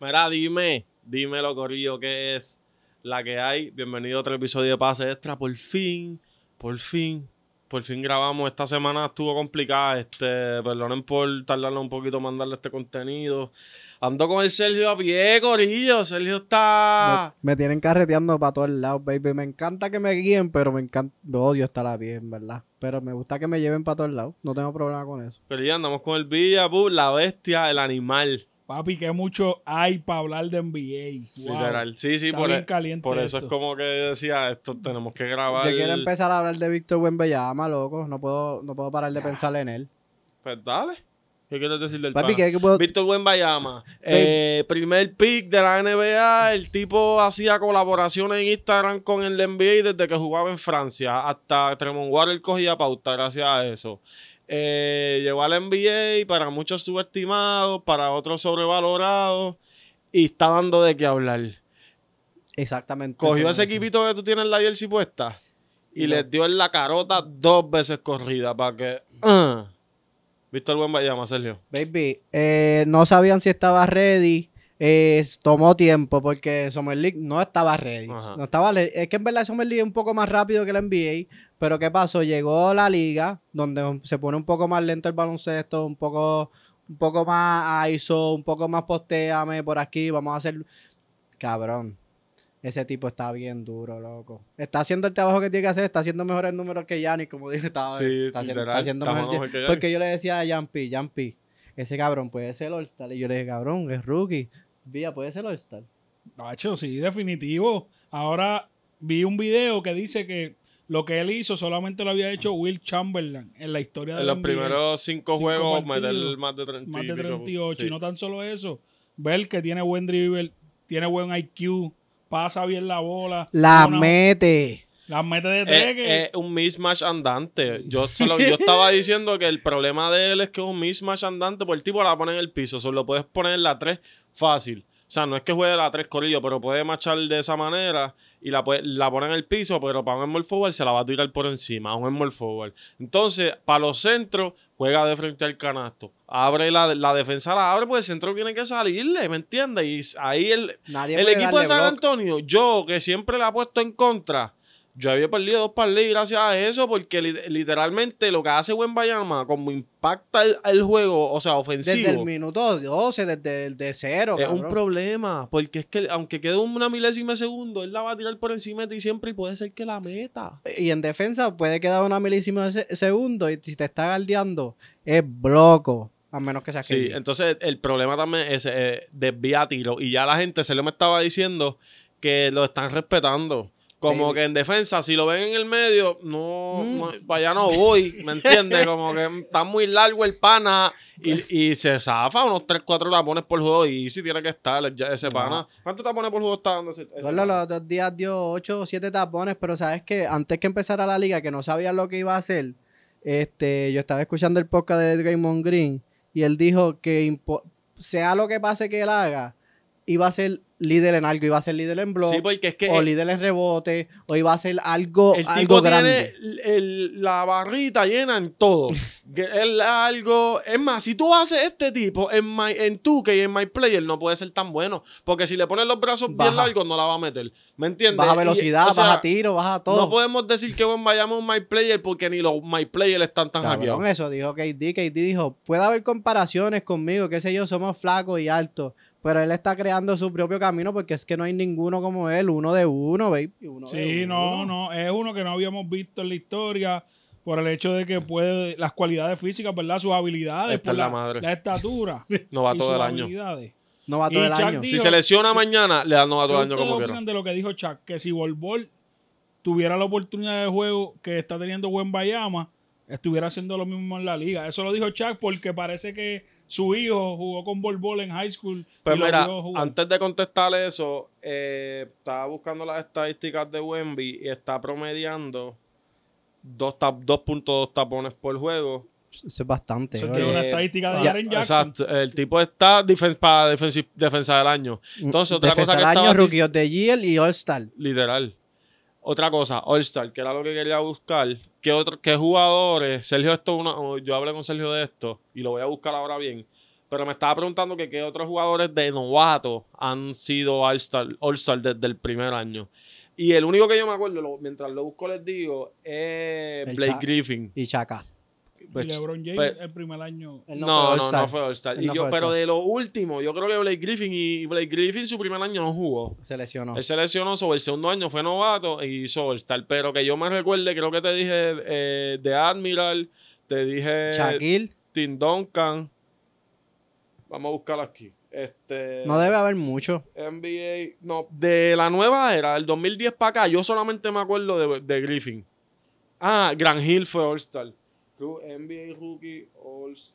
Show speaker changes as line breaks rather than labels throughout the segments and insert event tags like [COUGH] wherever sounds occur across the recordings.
Mira, dime, dime lo corrido que es la que hay. Bienvenido a otro episodio de Pase Extra. Por fin, por fin, por fin grabamos. Esta semana estuvo complicada. Este, perdonen por tardarle un poquito en mandarle este contenido. Ando con el Sergio a pie, corillo. Sergio está.
Me, me tienen carreteando para todos lados, baby. Me encanta que me guíen, pero me encanta. Odio estar a pie, en verdad. Pero me gusta que me lleven para todos lados. No tengo problema con eso.
Corillo, andamos con el Villa, pu, la bestia, el animal.
Papi, que mucho hay para hablar de NBA. Wow.
Literal. Sí, sí,
Está
por,
bien
e-
caliente
por eso es
esto.
como que decía, esto tenemos que grabar.
Yo quiero empezar a hablar de Víctor Buenbellama, loco. No puedo, no puedo parar de pensar en él.
Pues dale. ¿Qué quieres decir del
Papi,
pana?
¿qué, qué puedo...?
Víctor Buenbayama, eh, primer pick de la NBA, el tipo hacía colaboraciones en Instagram con el NBA desde que jugaba en Francia, hasta Tremont Water cogía pauta gracias a eso. Eh, llegó al NBA para muchos subestimados, para otros sobrevalorados, y está dando de qué hablar.
Exactamente.
Cogió
eso
ese
es.
equipito que tú tienes en la jersey puesta y
Y
les
lo-
dio en la carota dos veces corrida para que... [CLEARS THROAT] ah. Víctor Buenbayama, Sergio.
Baby, eh, no sabían si estaba ready. Eh, s- tomó tiempo porque Summer League no estaba ready.
Ajá.
No estaba le- es que en verdad Summer League es un poco más rápido que la NBA. Pero ¿qué pasó? Llegó la liga donde se pone un poco más lento el baloncesto, un poco, un poco más ISO, un poco más posteame por aquí. Vamos a hacer. Cabrón. Ese tipo está bien duro, loco. Está haciendo el trabajo que tiene que hacer, está haciendo mejores números que Yanni, como [LAUGHS] dije, estaba
Sí,
está haciendo,
literal,
está haciendo
está
mejor
jugando
que-
mejor que Giannis.
Porque yo le decía a Jampi, Jampi, ese cabrón puede ser All-Star. Y yo le dije, cabrón, es rookie. Villa, puede ser All-Star.
Nacho, sí, definitivo. Ahora vi un video que dice que lo que él hizo solamente lo había hecho Will Chamberlain en la historia de
En los primeros cinco,
Cinco
juegos
partidos,
meter más de 30 y
Más de
pico,
38.
sí.
Y no tan solo eso. Ver que tiene buen dribble, tiene buen IQ, pasa bien la bola.
La
una-
mete.
la mete de tres.
es,
que-
es Eh, un mismatch andante. Yo, solo- yo
[LAUGHS]
estaba diciendo que el problema de él es que es un mismatch andante porque el tipo la pone en el piso. Solo lo puedes poner en la 3 fácil. O sea, no es que juegue la 3 corillo, pero puede marchar de esa manera y la, puede- la pone en el piso, pero para un small forward se la va a tirar por encima, a un small forward. Entonces, para los centros, juega de frente al canasto. Abre la, la defensa, la abre, pues el centro tiene que salirle, ¿me entiendes? Y ahí el,
Nadie
El
puede
equipo de
darle block.
San Antonio, yo que siempre le he puesto en contra, yo había perdido dos parlays gracias a eso, porque li- literalmente lo que hace Buen Bayama, como impacta el, el juego, o sea,
Desde el
ofensivo,
minuto 12, desde el de cero.
es un
cabrón.
problema. Porque es que aunque quede una milésima de segundo, él la va a tirar por encima de ti siempre y puede ser que la meta.
y en defensa puede quedar una milísima de se- segundo. Y si te está galdeando, es bloco. A menos que sea
Sí,
KD.
entonces el problema también es eh, desvía tiro. Y ya la gente se lo me estaba diciendo que lo están respetando. Como
Baby.
que en defensa, si lo ven en el medio, no,
Mm.
no, para allá no voy, ¿me entiendes? Como que está muy largo el pana
Pues.
y, y se zafa unos 3, 4 tapones por juego y si tiene que estar ya ese
No.
pana. ¿Cuántos tapones por juego está dando? ese- ese
Gordo,
pana?
los dos días dio 8 o 7 tapones, pero sabes que antes que empezara la liga, que no sabía lo que iba a hacer, este, yo estaba escuchando el podcast de Draymond Green y él dijo que impo- sea lo que pase que él haga, iba a ser líder en algo, iba a ser líder en blog,
Sí, porque es que
o líder en rebote, o iba a ser Oh, algo,
El tipo
algo grande.
tiene el- el- la barrita llena en
[LAUGHS]
todo. Que el algo. Es más, si tú haces este tipo en my, en tu que y en my player no puede ser tan bueno, porque si le pones los brazos bien
Baja.
largos no la va a meter. ¿Me entiendes?
Baja
Y,
velocidad,
o sea,
baja tiro, baja todo.
No podemos decir que buen vayamos un my player porque ni los my player están tan hackeados.
Cabrón, eso dijo KD. KD dijo, puede haber comparaciones conmigo, qué sé yo, somos flacos y altos, pero él está creando su propio camino porque es que no hay ninguno como él, uno de uno, baby. uno de
Sí,
uno.
no, no. Es uno que no habíamos visto en la historia por el hecho de que puede las cualidades físicas, ¿verdad? Sus habilidades,
Esta
por
es la madre. [LAUGHS]
estatura.
No va
y
todo
sus
el año.
habilidades.
No va
Y
todo el
Shaq
año.
dijo-
Si se lesiona mañana, le dan no va todo el año
¿Qué
como
ustedes
quiera.
opinan de lo que dijo Chuck? Que si Volvol tuviera la oportunidad de juego que está teniendo Buen Bayama, estuviera haciendo lo mismo en la liga. Eso lo dijo Chuck porque parece que su hijo jugó con Volvol en high school.
Pues
y lo
mira,
vio jugar.
antes de contestarle eso, eh, estaba buscando las estadísticas de Wemby y está promediando dos tap- 2.2 tapones por juego.
Eso es bastante.
Eso
bro. Eh,
tiene
que-
una estadística de
Ya,
Jaren Jackson.
exacto, el tipo está defen- para defensi- defensa del año. Entonces, otra
Defensa
cosa
del
que
mm, año,
estaba
rookie of the year y All-Star.
Literal. Otra cosa, All-Star, que era lo que quería buscar. ¿Qué, otro, qué jugadores? Sergio, esto es una- yo hablé con Sergio de esto y lo voy a buscar ahora bien. Pero me estaba preguntando que qué otros jugadores de novato han sido All-Star All -Star desde el primer año. Y el único que yo me acuerdo, lo- mientras lo busco les digo, es
El
Blake
Cha-
Griffin.
Y Chaca.
Pues,
LeBron James
pues-
el primer año.
Él
no,
fue
no,
All-Star.
no fue All-Star.
Él
Y
no
yo-
fue
pero
All-Star.
de lo último, yo creo que Blake Griffin y Blake Griffin su primer año no jugó.
Se lesionó.
Él se lesionó sobre el segundo año, fue novato y hizo All-Star. Pero que yo me recuerde, creo que te dije eh, de Admiral, te dije
Shaquille.
Tim Duncan. Vamos a buscar aquí. Este,
No debe haber mucho.
NBA. No, de la nueva era, del 2010 para acá, yo solamente me acuerdo de, de Griffin. Ah, Gran Hill fue All-Star. Ru- NBA Rookie All-Star.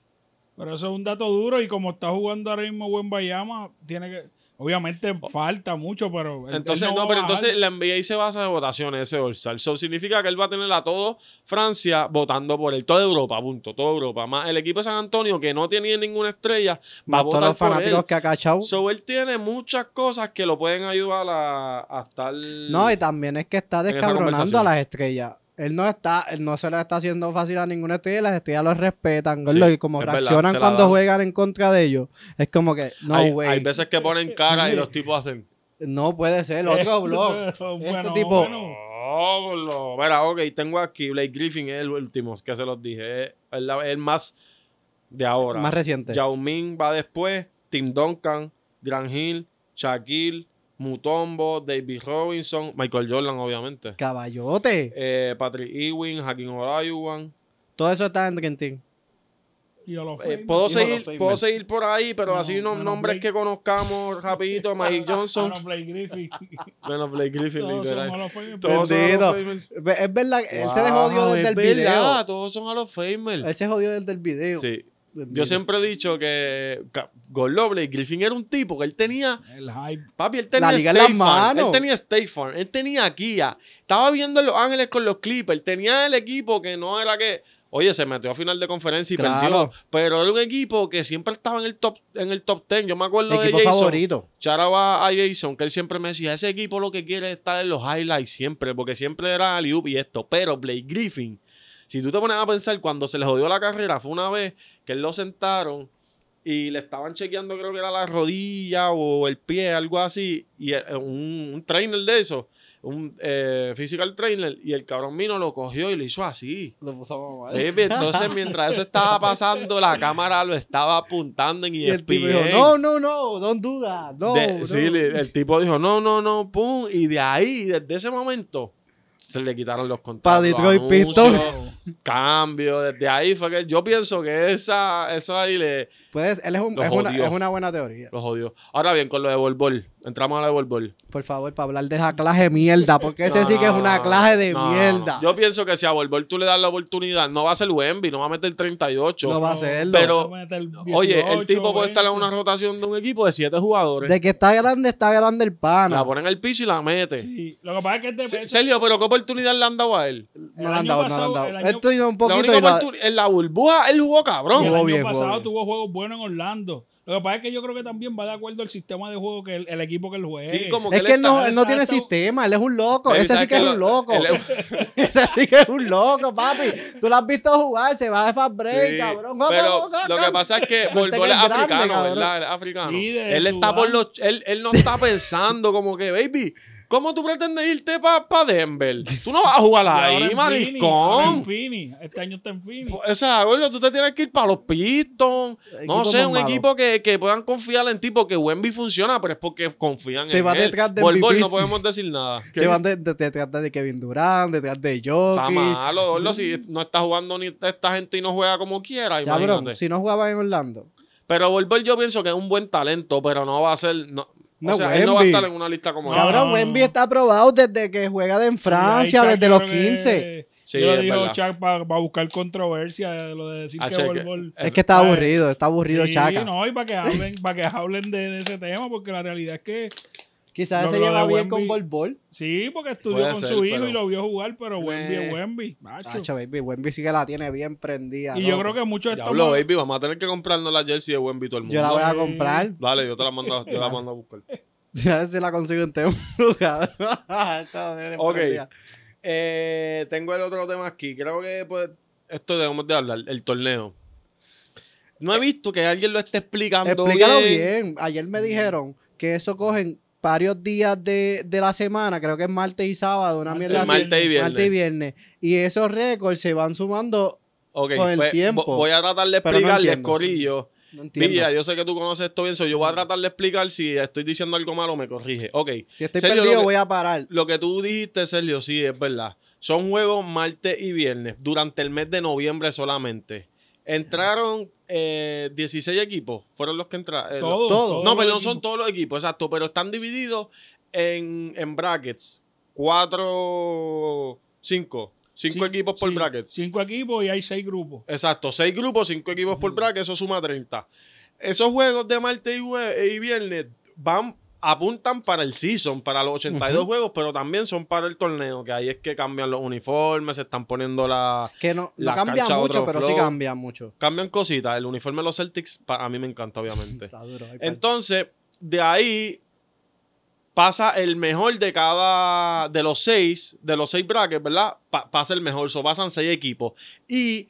Pero eso es un dato duro y como está jugando ahora mismo Buen Bayama, tiene que. Obviamente falta mucho, pero. él- él
Oh. Entonces, no,
va a
pero
bajar.
entonces la NBA se basa en votaciones, ese All-Star. Eso significa que él va a tener a todo Francia votando por él. Toda Europa, punto. Toda Europa. Más el equipo de San Antonio, que no tenía ninguna eella, va a
Más todos
votar
los
por él.
fanáticos que ha cachado.
So, él tiene muchas cosas que lo pueden ayudar a, a estar...
No, y también es que está
esa
descabronando a
conversación.
las estrellas. Él no está, él no se le está haciendo fácil a ninguna estrella, las estrellas los respetan, gordo,
Sí,
y como
es verdad,
reaccionan
se la
cuando
dan.
juegan en contra de ellos, es como que, no,
hay,
güey,
hay veces que ponen cara y los tipos hacen...
no puede ser,
[LAUGHS]
[LAUGHS]
otro blog. Este
Bueno,
tipo-
Este bueno.
Oh, lo- Mira, ok, tengo aquí Blake Griffin, es el último que se los dije. Es el, el más de ahora.
Más reciente.
Yao Ming va después, Tim Duncan, Grant Hill, Shaquille, Mutombo, David Robinson, Michael Jordan, obviamente.
Caballote.
Eh, Patrick Ewing, Hakim Olajuwon.
Todo eso está en Kentin.
Y a los
Eh,
Feynman.
puedo,
Hijo de
seguir,
los
puedo
Feynman.
seguir por ahí, pero
No,
así unos
menos
nombres
Blake.
que conozcamos
[LAUGHS]
rapidito. Mike Johnson.
A los Blake
[LAUGHS]
Griffin.
menos Blake Griffin,
[LAUGHS] Todos son
literal.
a los Feynman.
Todos son Hall
Bendito.
of Famer.
Es verdad, él se
Wow,
dejó dio desde
es
el video.
verdad, Todos son a los Famer.
Él se jodió desde el video.
Sí.
Bendito.
Yo siempre he dicho que ca- Gordo Blake Griffin era un tipo que él tenía.
El hype.
Papi, él tenía.
liga en las
State Farm,
manos.
Él tenía State Farm, Él tenía Kia. Estaba viendo en Los Ángeles con los Clippers. Tenía el equipo que no era que. Oye, se metió a final de conferencia y
Claro.
perdió. Pero era un equipo que siempre estaba en el top en el top 10. Yo me acuerdo de
equipo
Jason.
favorito.
Charaba a Jason, que él siempre me decía, ese equipo lo que quiere es estar en los highlights siempre, porque siempre era Aliup y esto. Pero Blake Griffin, si tú te pones a pensar, cuando se le jodió la carrera, fue una vez que él lo sentaron y le estaban chequeando, creo que era la rodilla o el pie, algo así, y eh, un, un trainer de eso, un eh, physical trainer, y el cabrón vino, lo cogió y le hizo así.
Lo puso a mamar.
Baby, entonces mientras eso estaba pasando, la cámara lo estaba apuntando
[LAUGHS]
en E
Y el tipo dijo,
ESPN.
no, no, no, don't do that. No,
De-
no.
Sí, le- el tipo dijo, no, no, no, pum. Y de ahí, desde ese momento, se le quitaron los contratos.
Pa' Detroit
anuncios,
Pistons.
Cambio. Desde ahí fue que yo pienso que esa, eso ahí le
Puedes, él es, un-
Lo
es una,
jodió.
es una buena teoría.
los jodió. Ahora bien, con lo de Volvol. Entramos a lo de Volvol.
Por favor, para hablar de esa clase de mierda, porque ese sí que es una clase de mierda.
Yo pienso que si a Volvol tú le das la oportunidad, no va a ser Wemby, no va a meter 38.
no va a hacerlo.
pero-
Vamos a meter
Oye, el
18,
tipo puede estar en
20.
una rotación de un equipo de 7 jugadores.
de que está grande, está grande el pana.
La ponen al piso y la mete.
Sí, Lo que este pasa es que es de
Se-
peso.
Sergio, pero ¿qué oportunidad le han dado a él?
el
no le han
año
dado, no le
pasado-
han
el
dado.
año-
Esto iba un
la
poquito
única
y la-
oportunidad, en la burbuja, él jugó
Y
cabrón.
el
Jugó
año
bien, jugó
pasado
bien.
tuvo juegos buenos en Orlando. Lo que pasa es que yo creo que también va de acuerdo al sistema de juego que el, el equipo que él juega.
Sí, como
Es que él no,
está-
él no tiene
está-
sistema, él es un loco.
Baby,
Ese sí
¿sabes
que es
qué?
un loco.
Él es-
[LAUGHS] Ese sí que es un loco, papi. Tú lo has visto jugar, se va de fast break,
Sí,
cabrón.
Pero lo que pasa es que
Suerte
Volvol
que
es
es grande,
africano,
cabrón.
¿verdad? Él es africano.
Sí, de
Él está
Sudán.
por los. Él, él no está pensando como que, baby, ¿cómo tú pretendes irte para Denver? Tú no vas a jugar ahí, maricón.
maricón. Este año está en Phoenix.
O sea, gordo, tú te tienes que ir para los Pistons. No
Equipos
sé,
más
un
malos.
equipo que, que puedan confiar en ti porque Wemby funciona, pero es porque confían
Se
en
va
él.
detrás del
Volvol
MVP.
no podemos decir nada.
Se van de- de- detrás de Kevin Durant, detrás de
Está
Jokic.
malo, gordo, si no está jugando ni esta gente y no juega como quiera,
Cabrón,
imagínate.
si no jugaban en Orlando.
Pero Volver yo pienso que es un buen talento, pero no va a ser... No,
No,
o sea, él no va a
Wemby.
estar en una lista como
Cabrón,
esa.
Cabrón, Wemby está aprobado desde que juega de en Francia,
Y ahí está,
desde
yo
los
creo que-
15.
Sí,
yo
es
le digo
verdad.
a Chuck para buscar controversia, de lo de decir
Ah,
que
cheque.
Volvol.
Es que está
Ay,
aburrido, está aburrido
Sí,
Chaca.
no, y para que hablen, para que hablen de, de ese tema, porque la realidad es que
Quizás
Lo-
se
lo
lleva
de
bien
Wemby.
con Bol Bol.
sí, porque estudió
Puede
con
ser,
su hijo
pero-
y lo vio jugar, pero Wemby
Eh.
es Wemby. macho.
Tacho, baby, Wemby sí que la tiene bien prendida.
Y
loco.
yo creo que muchos
Ya
estamos.
hablo, baby, vamos a tener que comprarnos la jersey de Wemby todo el mundo.
Yo la voy a
Sí.
comprar. [LAUGHS]
Dale, yo te la mando, a- yo [LAUGHS] la mando a buscar.
A ver si la consigo en Temu, [LAUGHS] cabrón. Esta la tiene
Ok.
prendida.
Eh, tengo el otro tema aquí. Creo que pues, esto debemos de hablar, el torneo. No he visto que alguien lo esté explicando
Explícalo
bien.
bien. Ayer me dijeron que eso cogen varios días de, de la semana, creo que es martes y sábado, una
Martes-
El
mierda así,
martes y viernes.
martes y viernes. Y esos récords se van sumando,
Ok,
con el
pues,
tiempo.
vo- voy a tratar de
Pero no
explicarles,
entiendo.
Corillo.
no entiendo.
Mira, yo sé que tú conoces esto bien, so yo voy a tratar de explicar si estoy diciendo algo malo, me corrige. Ok,
si estoy
Sergio,
perdido
lo que-
voy a parar.
lo que tú dijiste, Sergio, sí, es verdad. Son juegos martes y viernes, durante el mes de noviembre solamente. Entraron eh, 16 equipos, fueron los que entraron.
todo.
Todo, todo
No,
lo
pero no
del
son
equipo.
todos los equipos, exacto, pero están divididos en, en brackets. Cuatro, cinco. Cinco
Sí,
equipos por
sí,
brackets.
Cinco equipos y hay seis grupos.
Exacto, seis grupos, cinco equipos por bracket, eso suma 30. Esos juegos de martes y, jue- eh, y viernes van apuntan para el season, para los 82
Ujú.
juegos, pero también son para el torneo, que ahí es que cambian los uniformes, se están poniendo la...
Que no, no
La
cambia
cancha,
mucho,
otro
pero sí
flow.
cambia mucho.
Cambian cositas, el uniforme de los Celtics, pa- a mí me encanta, obviamente.
Está duro. hay par-
Entonces, de ahí pasa el mejor de cada, de los seis, de los seis brackets, ¿verdad? Pa- pasa el mejor, so pasan seis equipos. Y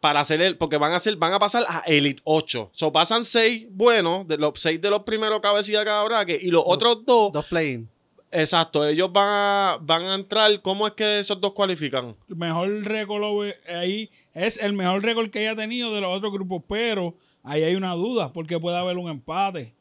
para hacer el, porque van a hacer, van a pasar a Elite 8. So pasan seis buenos, de los seis de los primeros cabecillas de cada bracket, y los otros dos,
Dos play-in.
exacto, ellos van a, van a entrar. ¿Cómo es que esos dos cualifican?
El mejor récord lo ve- ahí es el mejor récord que haya tenido de los otros grupos, pero ahí hay una duda porque puede haber un empate.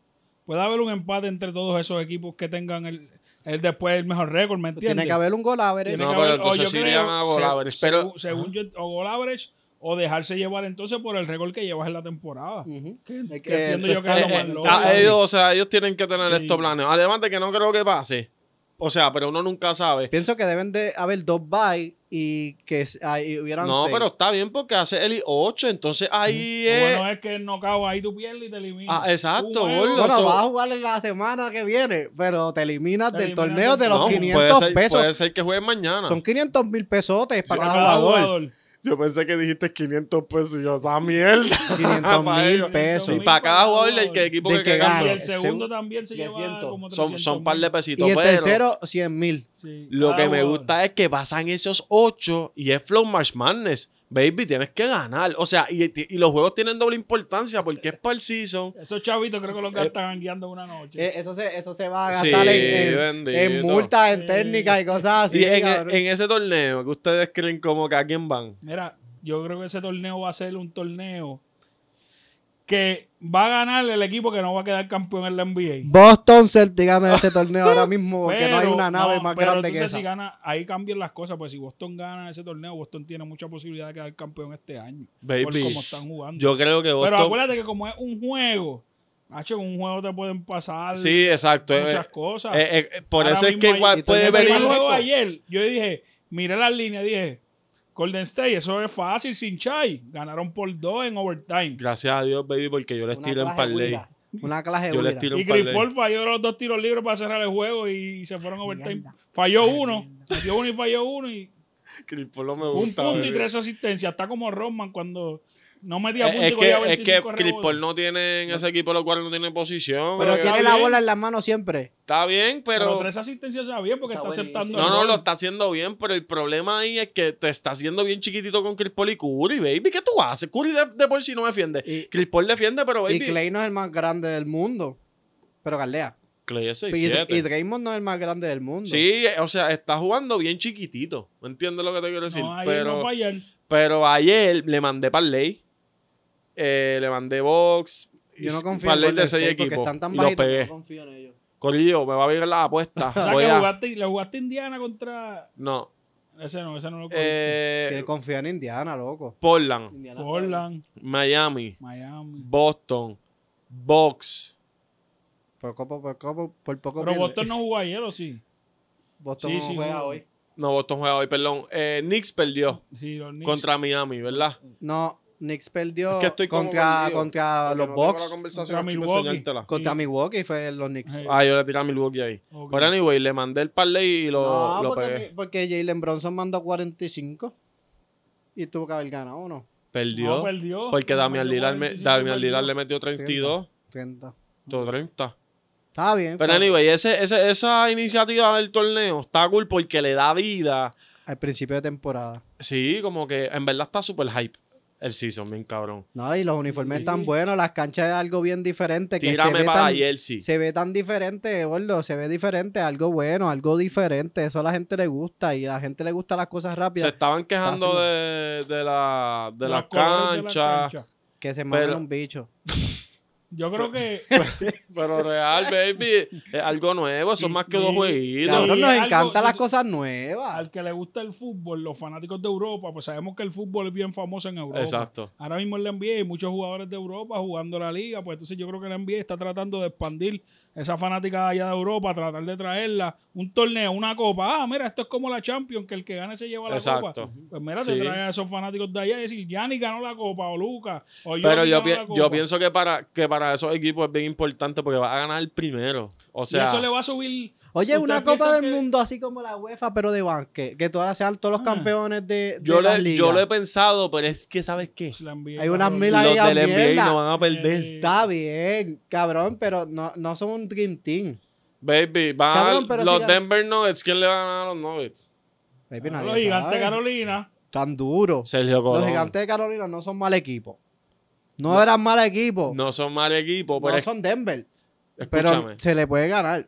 Puede haber un empate entre todos esos equipos que tengan el, el después el mejor récord, ¿me entiendes?
Tiene que haber un gol average.
Tiene
No,
que
pero
haber- o
entonces
yo
sí
creo,
irían a goal
se-
average,
según-
pero-
según yo, o goal average, o dejarse llevar entonces por el récord que llevas en la temporada.
Ujú.
Que-
Eh,
que entiendo yo que
eh,
es lo
Eh,
más
eh,
lógico.
ah, ellos, o sea, ellos tienen que tener
Sí.
estos planes. Además de que no creo que pase. O sea, pero uno nunca sabe.
Pienso que deben de haber dos bye y que s- ahí hubieran
No,
seis.
pero está bien porque hace el 8, entonces ahí
Lo
es.
bueno es que el knockout ahí tú pierdes y te eliminas.
Ah, exacto,
Un juego,
gordo.
Bueno,
so-
vas a jugar en la semana que viene, pero te eliminas
Te
del
eliminan
torneo
del
de los
No,
500
puede ser,
pesos.
puede ser que jueguen mañana.
Son 500 mil pesotes para cada
a
jugador. [LAUGHS]
jugador.
Yo pensé que dijiste 500 pesos y yo, esa mierda.
500
Para ellos.
mil pesos.
[LAUGHS] Sí,
mil
para cada
para
jugador
cada
el que
jugador.
equipo
Del
que,
que
gane.
Y
gane.
el segundo
Segu-
también se lleva
300.
como
Son,
300
son par de
Y
pesitos,
el
pero
tercero, 100 mil.
Sí,
lo
cada
que me
jugador.
gusta es que pasan esos 8 y es Flow March Madness. Baby, tienes que ganar. O sea, y, y los juegos tienen doble importancia porque es para el season.
Esos chavitos creo que
Eh,
los gastan guiando una noche.
Eh, eso, se, eso se va a
Sí,
gastar en- en,
bendito.
en multas, en
Sí.
técnicas y cosas así.
Y en,
cabrón.
en ese torneo que ustedes creen como que a quién van.
Mira, yo creo que ese torneo va a ser un torneo que va a ganar el equipo que no va a quedar campeón en la NBA.
Boston Celtics gana ese torneo ahora mismo porque
Pero,
no hay una nave
no,
más
pero
grande que
entonces
esa.
si gana, ahí cambian las cosas, pues si Boston gana ese torneo, Boston tiene mucha posibilidad de quedar campeón este año. Por
Baby,
cómo están jugando.
yo creo que
pero
Boston...
acuérdate que como es un juego, macho, en un juego te pueden pasar
Sí, exacto. eh,
muchas cosas.
eh, eh, eh, por
Ahora
eso es
mismo
que
hay-
igual
y
puede
tú no
venir...
Yo vi el
Berlín.
juego ayer, yo dije, miré las líneas, dije, Golden State, eso es fácil, sin chai. Ganaron por dos en overtime.
Gracias a Dios, baby, porque yo les
Una
tiro en
clase
parlay.
huida, Una clase de
Yo les
huida.
tiro
Y
en
Chris
parlay.
Paul falló los dos tiros libres para cerrar el juego y se fueron overtime.
Mierda.
Falló uno, falló uno y falló uno y
Chris Paul no me
un
gusta,
punto y
baby.
tres asistencias. Está como Roman cuando no metía punto
Eh, Es
y cogía
que, es
25
que Chris
rebotes.
Paul no tiene en ese equipo, lo cual no tiene posición.
Pero
creo que-
tiene
está
la
bien.
bola en las manos siempre.
Está bien,
Pero,
pero...
tres asistencias está bien porque está,
Está
aceptando.
buenísimo.
No,
el
no,
gol.
lo está haciendo bien, pero el problema ahí es que te está haciendo bien chiquitito con Chris Paul y Curry, baby. ¿Qué tú haces? Curry de, de por sí no defiende.
Y,
Chris Paul defiende, pero baby...
y Clay no es el más grande del mundo. Pero Galea.
Clay es
Y,
6'7".
y Draymond no es el más grande del mundo.
Sí, eh, o sea, está jugando bien chiquitito. ¿Me entiendes lo que te quiero decir?
No, ahí
pero,
no fallar.
pero ayer le mandé parlay. Eh, le mandé box.
Yo no
y
confío en
parlay
Golden
de seis
State porque
equipos.
están tan
y lo
bajitos que
pegué.
no confío en ellos.
Corillo, me va a venir la apuesta.
[LAUGHS] O sea,
Ah, Voy
que
a-
jugaste, le jugaste Indiana contra...
No.
Ese no, ese no lo cogí.
Eh,
Tiene confío en Indiana, loco.
Portland,
Indiana
Portland,
Miami,
Miami.
Boston, box.
Por poco, por poco, por poco
Pero
pierde.
Boston no jugó ayer, ¿o sí?
Boston
Sí,
no
sí,
juega
jugó.
hoy.
No, Boston juega hoy, perdón. Eh, Knicks perdió
Sí, los Knicks.
contra Miami, ¿verdad?
No, Knicks perdió
Es que estoy como
contra,
perdido,
contra los Bucks.
Contra
aquí para
Milwaukee.
enseñártela.
Contra Milwaukee fue los Knicks.
Ajá.
Ah, yo le tiré a Milwaukee ahí.
Ok.
Pero anyway, le mandé el parlay y lo,
No, pues,
lo pegué.
porque, porque Jalen Bronson mandó 45 y tuvo que haber ganado uno.
Perdió.
No, perdió.
porque Damian Lillard, me-
45
Damian Lillard
perdió.
le metió 32,
30.
todo 30.
Está bien.
Pero anyway, ese, ese- esa iniciativa del torneo está cool porque le da vida.
Al principio de temporada.
Sí, como que en verdad está súper hype. El season, bien cabrón.
No, y los uniformes
Sí.
están buenos, las canchas es algo bien diferente. Que se
Tírame
ve
para la
tan,
jersey.
Se ve tan diferente, gordo, se ve diferente, algo bueno, algo diferente. Eso a la gente le gusta y a la gente le gusta las cosas
Se
rápidas
estaban quejando
Fácil.
de, de, la, de las
Los colores de las
canchas.
canchas.
que se mandan
pero-
un bicho.
Yo creo que.
Pero real, baby, es algo nuevo. Son
Y-
más que
y-
dos jueguitos.
Claro.
Cabrón, nos
algo-
encantan las
y-
cosas nuevas.
al que le gusta el fútbol, los fanáticos de Europa, pues sabemos que el fútbol es bien famoso en Europa.
Exacto.
Ahora mismo en la NBA hay muchos jugadores de Europa jugando la liga, pues entonces yo creo que la NBA está tratando de expandir esa fanática allá de Europa, tratar de traerla un torneo, una copa. Ah, mira, esto es como la Champions, que el que gane se lleva la copa.
Exacto.
Pues mira, te
Sí.
trae a esos fanáticos de allá y decir, Yanni ganó la copa, o Lucas, o
Pero
Johnny
yo,
ganó
pi-
la copa.
yo pienso que para, que para esos equipos es bien importante porque va a ganar el primero. O
Y
sea,
eso le va a subir.
Oye,
¿ustedes
una Copa
piensan
del
que-
Mundo así como la UEFA, pero de banque, que todas sean todos los
Ah.
campeones de, de
yo,
las
le, yo
ligas.
lo he pensado, pero es que, ¿sabes qué?
La NBA
Hay unas
cabrón.
mil ahí.
Los
digas
del NBA
mierda.
no van a perder.
Eh,
Está bien, cabrón, pero no, no son un Dream Team.
Baby, van
Cabrón,
a-
pero
los
si gan-
Denver Nuggets. ¿Quién le va a ganar a los Nuggets?
Baby, nadie
Los gigantes
sabe.
Carolina.
Tan duro.
Sergio Colón.
Los gigantes de Carolina no son mal equipo. No, eran mal equipo. No,
No son mal equipo, pero es-
son Denver.
escúchame.
Pero se le puede ganar.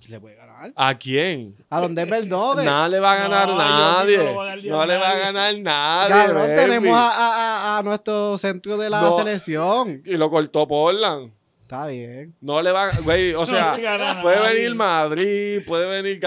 Se le puede ganar.
¿A quién?
A los Denver Nuggets.
Nada le va a ganar
No, yo
nadie.
no le voy a dar
No le va a
nadie.
ganar nadie.
Cabrón,
baby.
tenemos a, a- a- a nuestro centro de la
No.
selección.
Y lo cortó Portland.
Está bien.
No le va a... Güey, o sea,
le gana a
puede
nadie.
venir Madrid, puede venir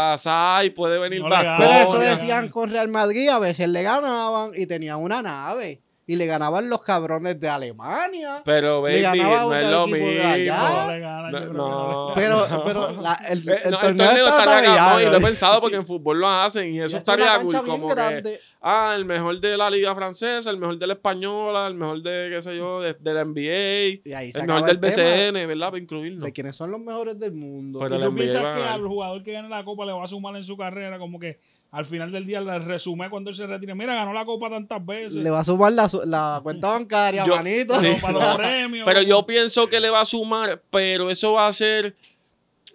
Galatasaray, puede venir
No le
Vasconia.
gana.
Pero eso
Ah, no, ya.
decían con Real Madrid, a veces le ganaban y tenían una nave. Y le ganaban los cabrones de Alemania.
Pero,
Le
baby,
ganaba
no
un
es lo
equipo
mismo.
de allá.
No le gana, yo
No,
creo que
no.
le gana.
Pero, pero la- el,
Eh,
el
no,
torneo, está ¿eh?
estaría cabrón,
tan
y lo he pensado porque en fútbol lo hacen y eso estaría cool. Como que, ah, el mejor de la liga francesa, el mejor de la española, el mejor de, qué sé yo, de, de la NBA,
Y ahí se
el
acaba
mejor del E,
el tema
BCN, ¿verdad? Para incluirnos.
De quienes son los mejores del mundo.
Pero
¿Y
la
tú
NBA
piensas
va a
que
ganar.
al jugador que gane la copa le va a sumar en su carrera? Como que al final del día le resume cuando él se retire. Mira, ganó la copa tantas veces.
Le va a sumar la, su- la cuenta bancaria,
Yo-
manito.
Pero
[LAUGHS]
sí.
para
[LAUGHS]
los premios.
Pero yo pienso que le va a sumar, pero eso va a ser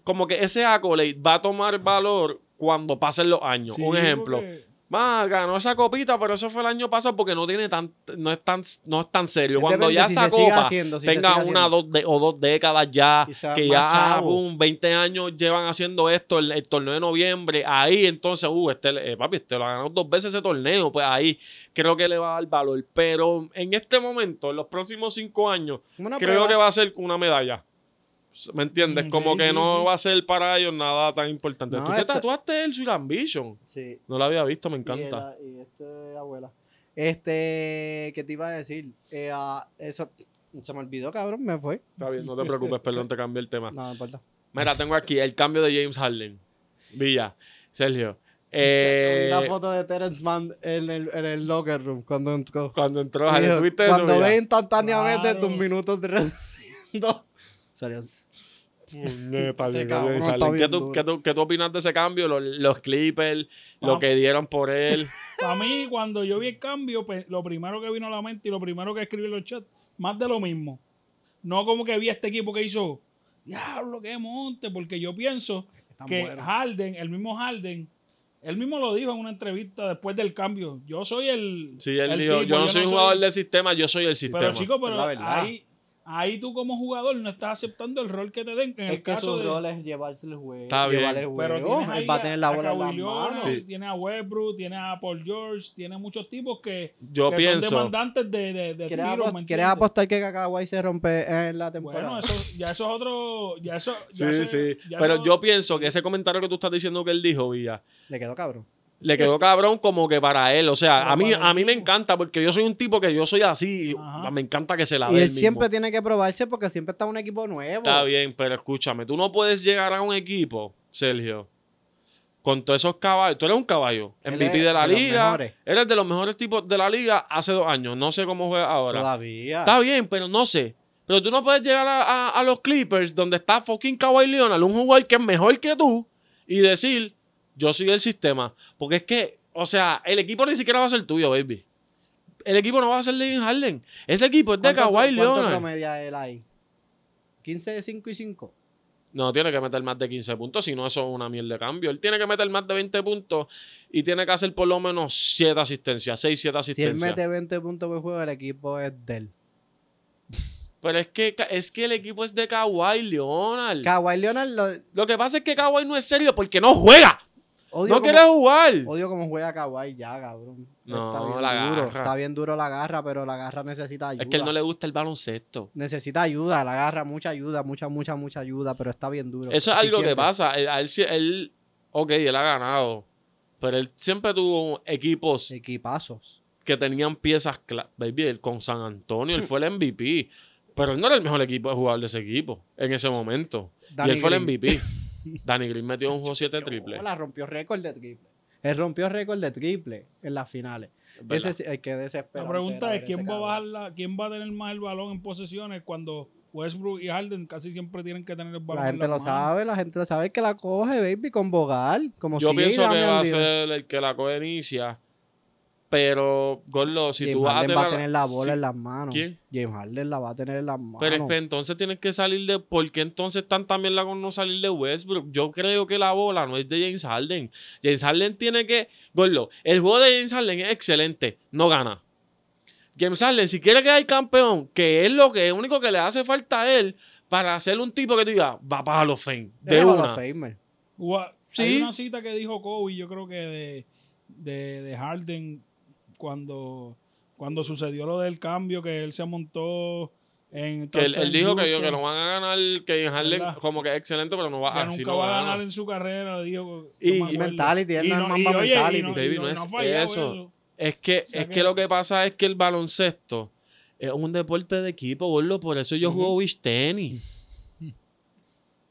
como que ese accolade va a tomar valor cuando pasen los años.
Sí,
Un ejemplo.
porque-
Va, ganó esa copita, pero eso fue el año pasado porque no tiene tan, no es tan, no es tan serio. Cuando
Depende
ya
si
esta
se sigue
copa
haciendo, si se
tenga
sigue
una
haciendo.
dos de- o dos décadas ya,
Y sea
que
más
ya ah,
chavo.
boom, 20 años llevan haciendo esto, el, el torneo de noviembre, ahí entonces, uh, este, eh, papi, este lo ha ganado dos veces ese torneo, pues ahí creo que le va a dar valor. Pero en este momento, en los próximos cinco años,
Como una
creo
prueba.
que va a ser una medalla. ¿Me entiendes?
Mm,
Como
sí,
que
sí,
no
sí.
va a ser para ellos nada tan importante.
No,
Tú te
esto-
tatuaste el Sweet Ambition.
Sí.
No lo había visto,
y
me
el-
encanta.
Y, este, abuela. Este, ¿qué te iba a decir? Eh, ah, eso, se me olvidó, cabrón, me fue.
Está bien, no te preocupes, perdón, te cambié el tema.
No, no importa.
Mira, tengo aquí el cambio de James Harden. Villa, Sergio. eh,
Una foto de Terence Mann en el, en el locker room cuando entró.
cuando entró Harden,
Dijo,
¿tuviste eso?
cuando
Villa?
ve instantáneamente
Claro.
tus minutos de [LAUGHS] reduciendo. Salió así.
Puñeta,
Ese
llegó
cabrón
James
está
Harden. ¿Qué
bien
tú,
duro.
qué tú- qué tú opinas de ese cambio? Los, los Clippers, lo
Vamos.
que dieron por él.
Para mí, cuando yo vi el cambio, pe- lo primero que vino a la mente y lo primero que escribí en los chats, más de lo mismo. No como que vi a este equipo que hizo, diablo, qué monte, porque yo pienso
Están
que
buenos.
Harden, el mismo Harden, él mismo lo dijo en una entrevista después del cambio. Yo soy el.
Sí, él
el
dijo,
tipo,
yo no soy jugador de sistema, yo soy el sistema.
Pero chico, pero
Es la verdad.
ahí, ahí tú como jugador no estás aceptando el rol que te den. En
es
el
que
caso
su
de.
rol es llevarse el juego.
Está bien.
llevar el
Pero
juego.
tienes ahí
Él va a tener la bola en las
Kawhi Leonard,
manos.
Sí.
tienes a Westbrook, tienes a Paul George, tienes muchos tipos que,
yo
que son
pienso,
demandantes de, de, de
¿Quieres,
tiros,
apost-
¿me
quieres
entiendes?
apostar que Kakawai se rompe en la temporada?
Bueno, eso, ya eso es otro... Ya eso, ya
sí,
eso-
sí.
ya
Pero
eso-
yo pienso que ese comentario que tú estás diciendo que él dijo, Villa,
Le quedó cabrón.
le quedó cabrón como que para él. O sea,
Pero
a mí,
para
a mí
el
me
tipo.
encanta porque yo soy un tipo que yo soy así.
Ajá.
Me encanta que se la
Y
dé.
él
mismo.
siempre tiene que probarse porque siempre está un equipo nuevo.
Está bien, pero escúchame, tú no puedes llegar a un equipo, Sergio, con todos esos caballos. Tú eres un caballo,
Él
MVP
es
de la
de los
liga.
mejores.
Eres de los mejores tipos de la liga hace dos años. No sé cómo juega ahora.
Todavía.
Está bien, pero no sé. Pero tú no puedes llegar a, a- a los Clippers donde está fucking Kawhi Leonard, un jugador que es mejor que tú, y decir, yo soy el sistema. Porque es que, o sea, el equipo ni siquiera va a ser tuyo, baby. El equipo no va a ser de James Harden. Ese equipo es de
¿Cuánto-
Kawhi
¿Cuánto
Leonard.
promedia él ahí? 15, 5 y 5.
No, tiene que meter más de 15 puntos, si no, eso es una mierda de cambio. Él tiene que meter más de 20 puntos y tiene que hacer por lo menos 7 asistencias, 6, 7
Si él
asistencias.
mete 20 puntos por juego, el equipo es del.
Pero es que, ca- es que el equipo es de Kawhi Leonard.
Kawhi Leonard lo
lo que pasa es que Kawhi no es serio porque no juega.
odio,
No
como,
quiere jugar.
odio como juega Kawhi ya, cabrón.
No,
está bien
la
duro.
garra.
Está bien duro la garra, pero la garra necesita ayuda.
Es que él no le gusta el baloncesto.
Necesita ayuda, la garra, mucha ayuda, mucha, mucha, mucha ayuda, pero está bien duro.
Eso es
Sí
algo que
siente.
pasa. Él, a él sí- él- ok, él ha ganado. Pero él siempre tuvo equipos
Equipazos.
que tenían piezas cla- Baby, él con San Antonio, él
Hmm.
fue el MVP. Pero él no era el mejor equipo de jugar de ese equipo en ese momento. y él fue el MVP. [LAUGHS] Danny Green metió un
[LAUGHS]
juego 7 triple.
La rompió récord de triple. Él rompió récord de triple en las finales. Ese es el que desespera.
La pregunta es quién va a bajar la, quién va a tener más el balón en posesiones cuando Westbrook y Harden casi siempre tienen que tener el balón.
La
en
gente lo
las manos?
sabe, la gente lo sabe que la coge, baby, con Bogal. Como
Yo
si
pienso que
Damian
va a
Lillard.
ser el que la coge inicia. Pero, Gordo, si
James
tú vas a
Harden
tener.
va a tener la bola
si-
en las manos.
¿Quién?
James Harden la va a tener en las manos.
Pero es que entonces tienes que salir de. ¿Por qué entonces tan también la con no salir de Westbrook? Yo creo que la bola no es de James Harden. James Harden tiene que. Gordo, el juego de James Harden es excelente. No gana. James Harden, si quiere quedar campeón, que es lo que único que le hace falta a él para ser un tipo que tú digas, va para los fame.
Él
De
es Hall of
una.
Famer.
Gua-
Sí.
Hay una cita que dijo Kobe, yo creo que de, de, de Harden, cuando, cuando sucedió lo del cambio, que él se montó en.
Que él,
tanto
él
en
dijo que, yo,
Houston,
que no van a ganar, que James Harden
¿Verdad?
como que es excelente, pero no va,
que
a ah,
nunca va a ganar en su carrera, dijo.
Y-
no me acuerdo.
Mentality, él no es
y
Mamba
oye, y
mentality.
no- y
Baby, no
ha
es
fallado
eso. Es que,
sea
es que,
que-
lo que pasa es que el baloncesto es un deporte de equipo, gordo. Por eso yo juego beach tenis.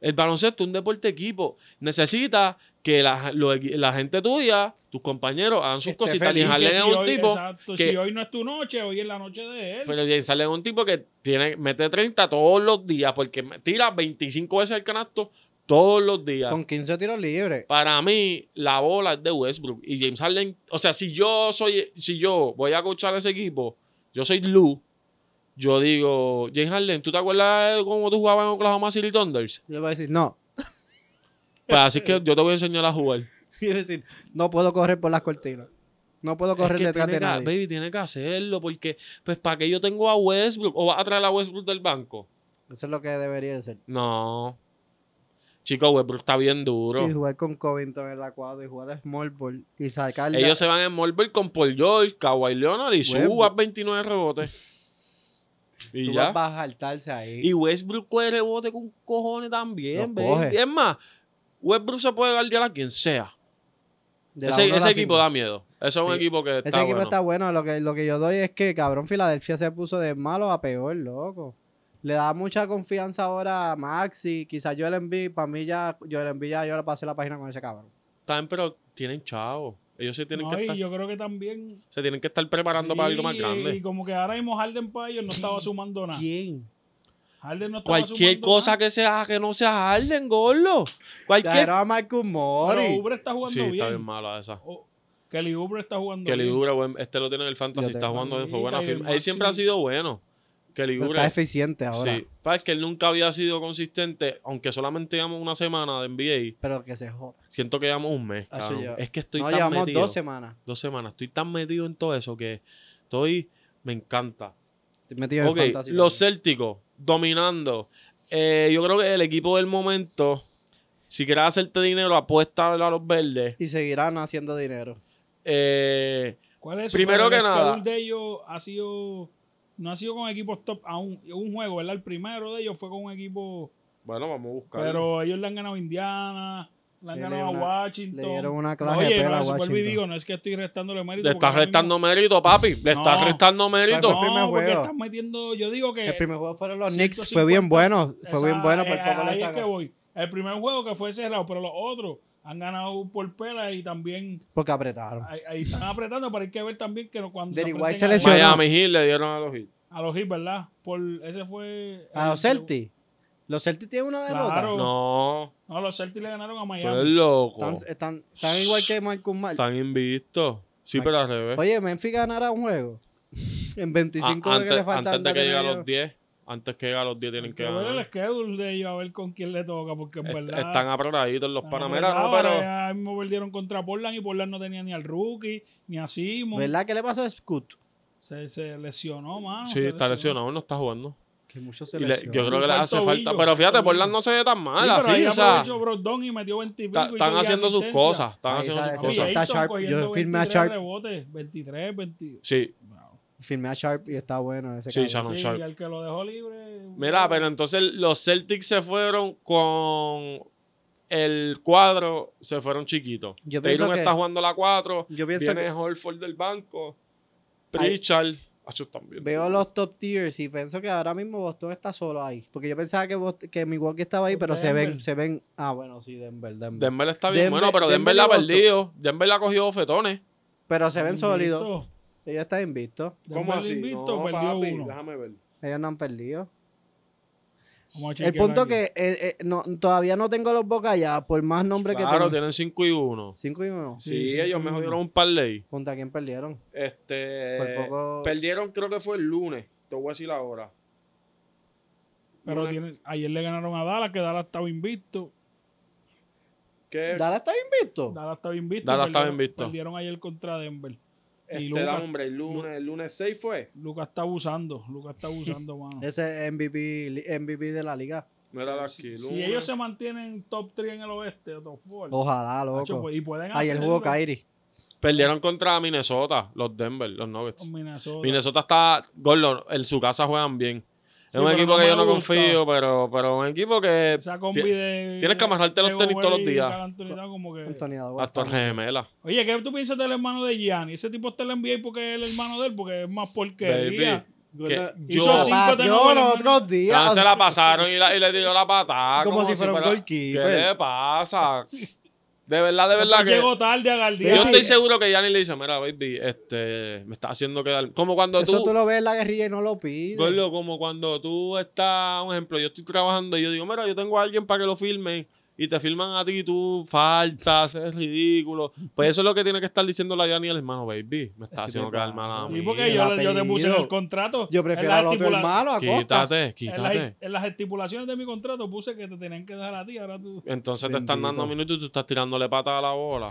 El baloncesto es un deporte de equipo. Necesita que la, lo- la gente tuya, tus compañeros, hagan sus
Esté
cositas. Y
feliz.
Harden
Que
es
si
un
hoy-
tipo.
exacto,
que- Pues,
si hoy no es tu noche, hoy es la noche de él.
Pero James Harden es un tipo que tiene, mete 30 todos los días porque me- tira 25 veces el canasto todos los días.
Con 15 tiros libres.
Para mí, la bola es de Westbrook y James Harden. O sea, si yo soy, si yo voy a coachar a ese equipo, yo soy Lou. Yo digo, James Harden, ¿tú te acuerdas de cómo tú jugabas en Oklahoma City Thunders?
Yo voy a decir, no. [LAUGHS]
Pues así que yo te voy a enseñar a jugar.
Yo voy a decir, no puedo correr por las cortinas. No puedo correr
Es que
detrás de
tiene que-
nadie.
baby, tiene que hacerlo porque, pues, ¿para qué yo tengo a Westbrook? ¿O vas a traer a Westbrook del banco?
Eso es lo que debería de ser.
No. Chico, Westbrook está bien duro.
Y jugar con Covington en la cuadra y jugar a Small Ball y sacarle.
Ellos se van a envolver con Paul George, Kawhi Leonard y
Westbrook.
subas 29 rebotes. Y
Subas
ya.
va a saltarse ahí.
Y Westbrook puede rebote con cojones también,
Los
baby.
coge.
Es más, Westbrook se puede guardiar a quien sea.
De la
Ese,
uno a
ese
la
equipo
cinco.
da miedo. Ese es un
Sí.
equipo que está
Pues
Ese equipo
bueno.
está bueno. Lo que, lo que yo doy es que, cabrón, Filadelfia se puso de malo a peor, loco. Le da mucha confianza ahora a Maxi. Quizás yo el enví, para mí ya, yo el enví ya, yo le pasé la página con ese cabrón.
Están, pero tienen chavo. Ellos se tienen,
No,
que
y
estar,
yo creo que también.
se tienen que estar preparando para algo más
sí, Y
grande.
como que ahora mismo Harden para ellos no estaba sumando nada.
¿Quién?
Harden no estaba
Cualquier
sumando
cosa
nada.
que sea que no sea Harden, gordo. Cualquier.
Trajeron a Marcus
Pero
Mori.
Ubre está jugando
Sí,
bien.
está bien mala esa.
O- Oh, Kelly Ubre está jugando
Kelly
bien.
Oubre, buen- este lo tiene en el fantasy,
Yo
está
tengo
jugando bien, fue
amiguita
buena
y el
firma. Él siempre ha
Maxi-
sido bueno. Kelly
Pero
Oubre.
está eficiente ahora.
Sí, Pa, es que él nunca había sido consistente, aunque solamente llevamos una semana de NBA.
Pero que se joda.
Siento que llevamos un mes.
Así
cabrón.
lleva.
Es que estoy
Ah, no,
tan
llevamos
metido.
dos semanas.
Dos semanas. Estoy tan metido en todo eso que estoy. Me encanta.
Estoy metido
ok,
en fantasy.
los
también.
Célticos dominando. Eh, yo creo que el equipo del momento, si quieres hacerte dinero, apuesta a los verdes.
Y seguirán haciendo dinero.
Eh,
¿Cuál es?
Primero
pero
que
el schedule
nada.
de ellos ha sido. No ha sido con equipos top aún. Un juego, ¿verdad? El primero de ellos fue con un equipo.
bueno, vamos a buscar.
Pero ellos le han ganado a Indiana. Le han
Le
ganado
dieron
a
una-
Washington.
le dieron una clase de
Oye,
pela a
no, eso fue el
Washington.
video. No es que estoy restándole mérito.
le
porque
estás
ahora mismo-
restando mérito, papi. Le estás
No.
restando
Fue el
mérito.
primer
No, porque
juego.
estás metiendo. Yo digo que.
El primer juego fueron los Knicks.
150.
Fue bien bueno. Fue
Eh, Esa-
bien bueno.
eh,
Por poco le
ahí es
sacan.
que voy. El primer juego que fue cerrado, pero los otros han ganado por pela y también
Porque apretaron.
ahí, ahí están apretando, pero hay que ver también que no- cuando
Derrick
apreten
White se
a-
lesionó.
Miami Heat le dieron a los Heat.
a los Heat, ¿verdad? Por ese fue
A los Celtics. Los Celtics tienen una derrota.
Claro.
No,
No, los Celtics le ganaron a
tú eres
Miami.
loco.
Están, están- están igual que Marcus Mal.
Están invistos. Sí,
Ay,
pero al revés.
Oye, Memphis ganará un juego. [LAUGHS] En 25
Ah,
de que le
antes,
faltan
Ah, antes de que
tener
llegue a
ellos.
los 10. Antes que a los 10 tienen que
Hay ver el
ganar.
schedule de ellos, a ver con quién le toca, porque en
Est-
verdad.
están aprobaditos los
están
panameras, no,
apretados.
pero.
Ahora mismo perdieron contra Portland y Portland no tenía ni al rookie, ni a Simon.
¿Verdad que le pasó a Scoot?
Se, se lesionó, mano.
Sí,
se
está lesionado, no está jugando.
Que mucho
Y
se
le-
lesionó.
yo creo que le
Falta
hace
tobillo,
falta. Pero fíjate,
tobillo.
Portland no se ve tan mal
Sí, pero
así,
ahí
o sea.
aprovechó Brogdon y metió 20 y pico
ta-
y
Están
seguía
haciendo sus
asistencia.
cosas. Están
Ahí
haciendo
sale
sus
esa-
Oye,
cosas.
está
Ayton
Sharp.
cogiendo
Yo firmé a
23
Sharp.
rebotes, 23, 20.
Sí,
Firmé a Sharp y está bueno ese
Sí,
cabrón.
Shannon. Bueno,
sí,
Ah, Sharp.
y el que lo dejó libre.
mira, pero entonces los Celtics se fueron con el cuadro, se fueron chiquitos.
Yo pienso
Tatum
que-
está jugando la 4,
Yo pienso
viene Holford del banco,
Ay.
Pritchard, Acho, también.
que veo los top tiers y pienso que ahora mismo Boston está solo ahí. Porque yo pensaba que, Boston, que Milwaukee estaba ahí, pero se ven,
Denver.
se ven. Ah, bueno, sí, Denver, Denver.
Denver está bien
Denver-
bueno, pero Denver,
Denver
la ha
le botó.
perdido. Denver la ha cogido fetones.
Pero se ven sólidos.
Invicto.
Ellos están invictos.
Denver invicto, perdió uno.
ver.
Ellos no han perdido.
Vamos a chequear
El punto
aquí.
que eh, eh, no, todavía no tengo los Boca ya, por más nombre
Claro,
que tengo.
tienen 5 y 1.
5 y 1.
Sí,
sí,
ellos
sí.
me jodieron un parlay.
¿Contra quién perdieron?
Este,
Por poco-
Perdieron, creo que fue el lunes. Te voy a decir ahora.
Pero
Una-
tiene- ayer le ganaron a Dallas, que Dallas estaba invicto.
que
¿Dallas está invicto?
Dallas estaba invicto.
Dallas estaba
perdieron-
invicto.
Perdieron ayer contra Denver.
este,
Lucas-
dame, hombre, el lunes, el lunes 6 fue.
Lucas está abusando. Lucas está
[LAUGHS]
abusando, mano.
Ese es MVP, li- MVP de la liga.
Mira de aquí.
Si,
lunes.
si ellos se mantienen top 3 en el oeste o top 4.
Ojalá,
Nacho,
loco.
pues, y pueden
Ahí el
hacerlo
juego Kairi.
Perdieron contra Minnesota, los Denver, los Nuggets.
con Minnesota.
Minnesota está, Gordo, en su casa juegan bien.
Sí,
es un
pero
equipo
no
que
me
yo no
gusta.
confío, pero, pero un equipo que
Esa combi
Ti-
de-
tienes que amarrarte los
de
tenis todos los
Gobert y
días.
Carl Anthony Towns como que-
Anthony Edwards.
las torres gemelas.
Oye, ¿qué tú piensas del hermano de Gianni? Ese tipo está en la NBA porque es el hermano de él, porque es más porquería.
Que
Hizo
yo,
cinco
Pateó
turnovers,
los
hermano.
otros días.
Ah, se la pasaron y, la- y le dio la patada.
Como si fuera un
¿Qué
goalkeeper.
le pasa? De verdad, de verdad que.
Llegó tarde a Gardiel.
Yo
Baby.
estoy seguro que Yanni le dice, mira, baby, este, me está haciendo quedar. Como cuando
Eso
tú.
tú lo ves en la guerrilla y no lo pides.
Gordo, como cuando tú estás, un ejemplo, yo estoy trabajando y yo digo, mira, yo tengo a alguien para que lo filmen y te filman a ti y tú faltas, es ridículo. Pues eso es lo que tiene que estar diciendo la Yanni al hermano, baby. Me está
Este
haciendo
tipo,
quedar mal a
ah,
mí.
Y porque yo,
el
le- yo te puse en
apellido.
el contrato.
Yo
en
prefiero
las
al otro
estipula-
hermano a costas. [LAUGHS]
Quítate,
en las,
quítate.
en las estipulaciones de mi contrato puse que te tenían que dejar a ti. Ahora tú.
Entonces te están
Bendito.
dando minutos y tú estás tirándole patas a la bola.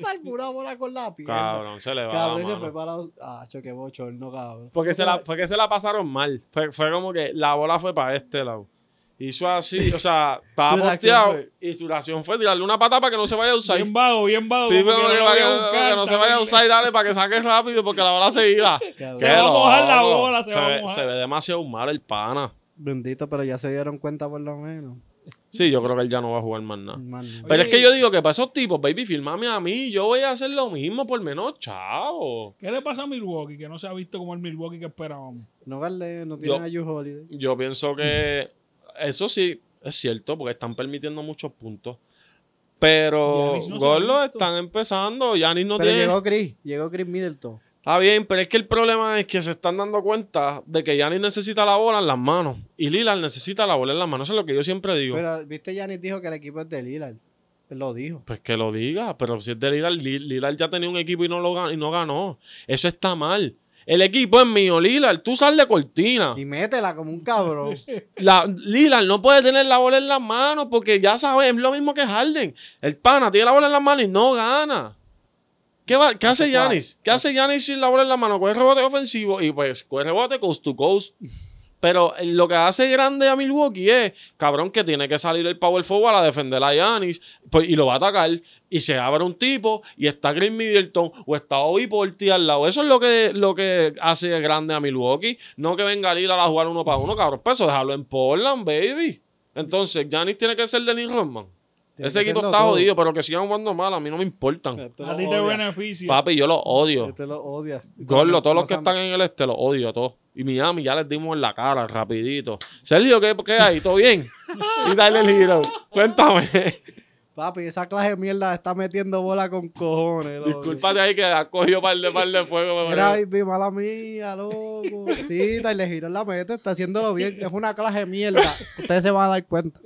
Sal pura bola con la pierna.
Cabrón, se le va
Cabrón,
la
se
mano.
fue para los... Ah, choque bochorno, cabrón.
Porque se, la, porque se la pasaron mal. Fue, fue como que la bola fue para este lado. Hizo así, o
[LAUGHS]
sea,
Su
estaba
reacción
posteado. Y su reacción fue tirarle una pata para que no se vaya a usar.
Bien vago, bien vago. como que no lo voy a buscar,
que no se
está
vaya a
bien.
usar y dale para que saque rápido porque la bola se
[LAUGHS]
irá.
Cabrón.
Se va a
Qué
mojar la
loco.
bola, se va a
ve-
mojar.
Se ve demasiado mal el pana.
Bendito, pero ya se dieron cuenta por lo menos.
Sí, yo creo que él ya no va a jugar más nada.
Hermano.
Pero es
Oye.
que yo digo que para esos tipos, baby, filmame a mí. Yo voy a hacer lo mismo por menos, chavo.
¿Qué le pasa a Milwaukee? Que no se ha visto como el Milwaukee que esperábamos.
No vale, no tienen
Yo-
a You Holiday.
Yo pienso que eso sí es cierto, porque están permitiendo muchos puntos. Pero
Giannis no se ha
Gorlo
visto.
están empezando. Yanis no
pero
tiene.
llegó Chris, llegó Chris Middleton.
Está bien, pero es que el problema es que se están dando cuenta de que Yanis necesita la bola en las manos. Y Lillard necesita la bola en las manos. Eso es lo que yo siempre digo.
Pero, viste, Yanis dijo que el equipo es de Lillard. Él lo dijo.
Pues que lo diga, pero si es de Lillard, Li- Lillard ya tenía un equipo y no, lo gan- y no ganó. Eso está mal. El equipo es mío, Lillard. Tú sal de cortina.
Y métela como un cabrón.
[LAUGHS] La, Lillard no puede tener la bola en las manos porque ya sabes, es lo mismo que Harden. El pana tiene la bola en las manos y no gana. ¿Qué, va- qué hace
Hace cuatro.
Yanis? ¿Qué hace Yanis sin la bola en las manos? Coge rebote ofensivo y pues coge rebote coast to coast. Pero eh, lo que hace grande a Milwaukee es, cabrón, que tiene que salir el power forward a defender a Yanis pues, y lo va a atacar. Y se abre un tipo y está Green Middleton o está Obi Porti al lado. Eso es lo que, lo que hace grande a Milwaukee. No que venga Lillard a jugar uno para uno, cabrón. Pues eso, déjalo en Portland, baby. Entonces, Yanis tiene que ser Dennis Rodman.
Tiene
Ese
que
equipo
hacerlo
está
todo.
jodido, pero que sigan jugando mal, a mí no me importan.
Este lo
a ti te
odia.
beneficia.
Papi, yo los odio.
Este lo odia.
Gorlo, todos los
No
que
se-
están en el este los odio a todos. Y Miami ya les dimos en la cara, rapidito. Sergio, ¿qué, qué hay?
[LAUGHS]
¿Todo bien? Y dale el giro. Cuéntame.
Papi, esa clase de mierda está metiendo bola con cojones. loco.
Discúlpate ahí que ha cogido par de par de fuego.
Era
bebé.
baby, mala mía, loco. Sí, y le giró la meta, está haciéndolo bien. Es una clase de mierda. Ustedes se van a dar cuenta.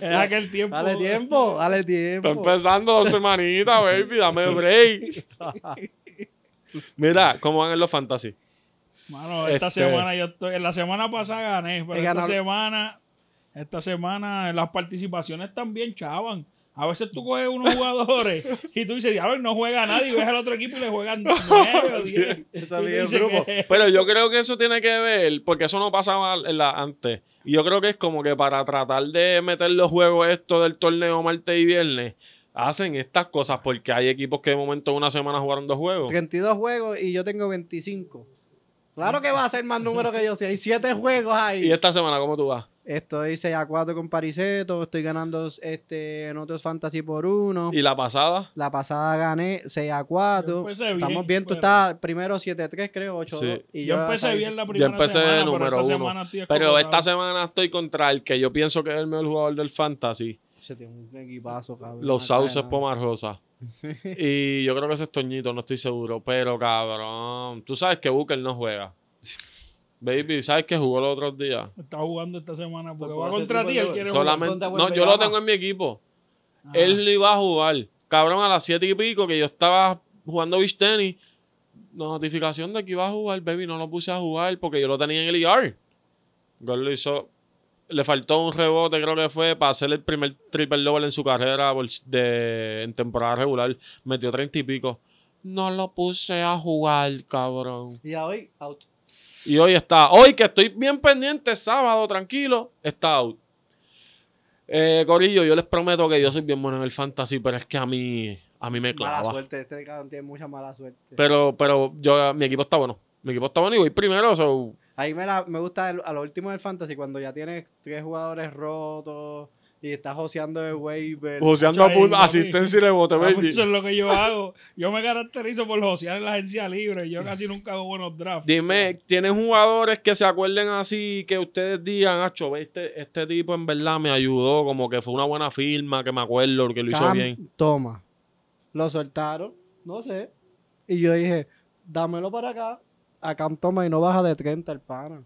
Es aquel tiempo.
Dale tiempo,
[LAUGHS]
dale
Está
tiempo.
empezando dos semanitas, [LAUGHS] baby. Dame break. Mira, ¿cómo van en los fantasy?
Mano, esta
Este-
semana yo estoy. en La semana pasada gané, pero
He
esta
ganado-
semana. Esta semana las participaciones también chavan. A veces tú coges unos jugadores y tú dices, diablo, no juega nadie. Y ves al otro equipo y le
[LAUGHS]
juegan nueve o
Sí,
diez.
está
Y tú
bien,
dices,
grupo.
"¿Qué?".
Pero yo creo que eso tiene que ver, porque eso no pasaba en la- antes. Y yo creo que es como que para tratar de meter los juegos esto del torneo martes y viernes, hacen estas cosas porque hay equipos que de momento en una semana jugaron dos juegos.
32 juegos y yo tengo 25. Claro que va a ser más número que yo. Si hay 7 juegos
Y
ahí.
esta semana, ¿cómo tú vas?
Estoy 6 a 4 con Pariseto. Estoy ganando este, en otros fantasy por uno.
¿Y la pasada?
La pasada gané 6 a
Yo
4.
empecé bien,
Estamos bien. Tú
pero-
estás primero 7-3, creo, 8
Sí.
Y
Yo empecé bien la primera
empecé
semana,
de
pero
número
esta
uno.
semana estoy
Pero esta
escopetado.
semana estoy contra el que yo pienso que es el mejor jugador del fantasy,
Se tiene un equipazo, cabrón.
los
No cae
Sauces
nada.
Pomarrosa. Y yo creo que ese es Toñito, no estoy seguro. Pero cabrón, tú sabes que Booker no juega. Baby, ¿sabes que jugó los otros días?
Está jugando esta semana porque
Tampoco
va
hace
contra ti.
tiempo
Él
que-
quiere jugar. Ah,
Solamente.
contra
No,
Wembanyama.
yo lo tengo en mi equipo.
Ajá.
Él lo iba a jugar. Cabrón, a las 7 y pico que yo estaba jugando beach tenis. Notificación de que iba a jugar, baby. No lo puse a jugar porque yo lo tenía en el ER. Gol lo hizo. Le faltó un rebote, creo que fue, para hacer el primer triple double en su carrera por- de, en temporada regular. Metió 30 y pico. No lo puse a jugar, cabrón.
Y hoy, out.
Y hoy está. Hoy que estoy bien pendiente, sábado, tranquilo, está out. Eh, Corillo, yo les prometo que yo soy bien bueno en el fantasy, pero es que a mí, a mí me
Mala
clava.
suerte. Este cabrón tiene mucha mala suerte.
Pero, pero yo, mi equipo está bueno. Mi equipo está bueno y voy primero. so,
Ahí me, la- me gusta el- a lo último del fantasy cuando ya tienes tres jugadores rotos y estás joseando de waiver.
joseando
Chacho,
a punta,
ahí,
asistencia y rebote,
Ah, pues
baby.
Eso es lo que yo hago. Yo me caracterizo por josear en la agencia libre. Yo casi nunca hago buenos drafts.
Dime, ¿tienen jugadores que se acuerden así que ustedes digan, Acho, ve, este, este tipo en verdad me ayudó, como que fue una buena firma, que me acuerdo, que lo hizo
Cam,
bien?
Toma. Lo soltaron, no sé. Y yo dije, dámelo para acá. Acá un toma y no baja de 30 el pana.